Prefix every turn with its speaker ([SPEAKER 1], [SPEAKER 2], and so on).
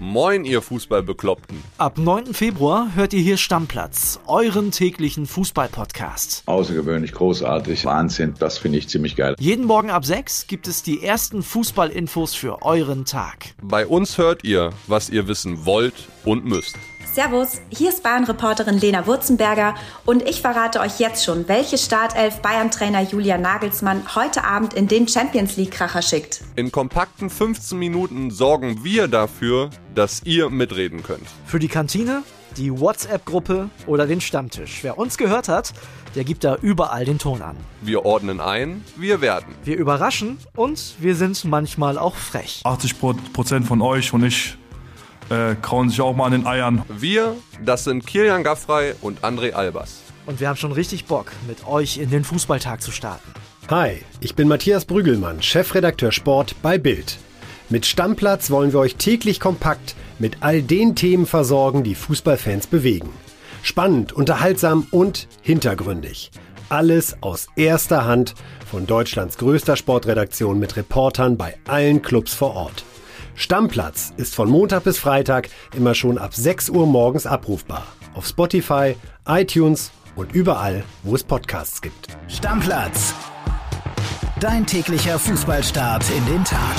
[SPEAKER 1] Moin, ihr Fußballbekloppten.
[SPEAKER 2] Ab 9. Februar hört ihr hier Stammplatz, euren täglichen Fußball-Podcast.
[SPEAKER 3] Außergewöhnlich großartig. Wahnsinn, das finde ich ziemlich geil.
[SPEAKER 2] Jeden Morgen ab 6 gibt es die ersten Fußballinfos für euren Tag.
[SPEAKER 1] Bei uns hört ihr, was ihr wissen wollt und müsst.
[SPEAKER 4] Servus, hier ist Bayern-Reporterin Lena Wurzenberger und ich verrate euch jetzt schon, welche Startelf Bayern-Trainer Julian Nagelsmann heute Abend in den Champions League-Kracher schickt.
[SPEAKER 1] In kompakten 15 Minuten sorgen wir dafür, dass ihr mitreden könnt.
[SPEAKER 2] Für die Kantine, die WhatsApp-Gruppe oder den Stammtisch. Wer uns gehört hat, der gibt da überall den Ton an.
[SPEAKER 1] Wir ordnen ein, wir werden.
[SPEAKER 2] Wir überraschen und wir sind manchmal auch frech.
[SPEAKER 5] 80% von euch und ich äh, kauen sich auch mal an den Eiern.
[SPEAKER 1] Wir, das sind Kilian Gaffrey und André Albers.
[SPEAKER 2] Und wir haben schon richtig Bock, mit euch in den Fußballtag zu starten.
[SPEAKER 6] Hi, ich bin Matthias Brügelmann, Chefredakteur Sport bei Bild. Mit Stammplatz wollen wir euch täglich kompakt mit all den Themen versorgen, die Fußballfans bewegen. Spannend, unterhaltsam und hintergründig. Alles aus erster Hand von Deutschlands größter Sportredaktion mit Reportern bei allen Clubs vor Ort. Stammplatz ist von Montag bis Freitag immer schon ab 6 Uhr morgens abrufbar. Auf Spotify, iTunes und überall, wo es Podcasts gibt.
[SPEAKER 7] Stammplatz. Dein täglicher Fußballstart in den Tag.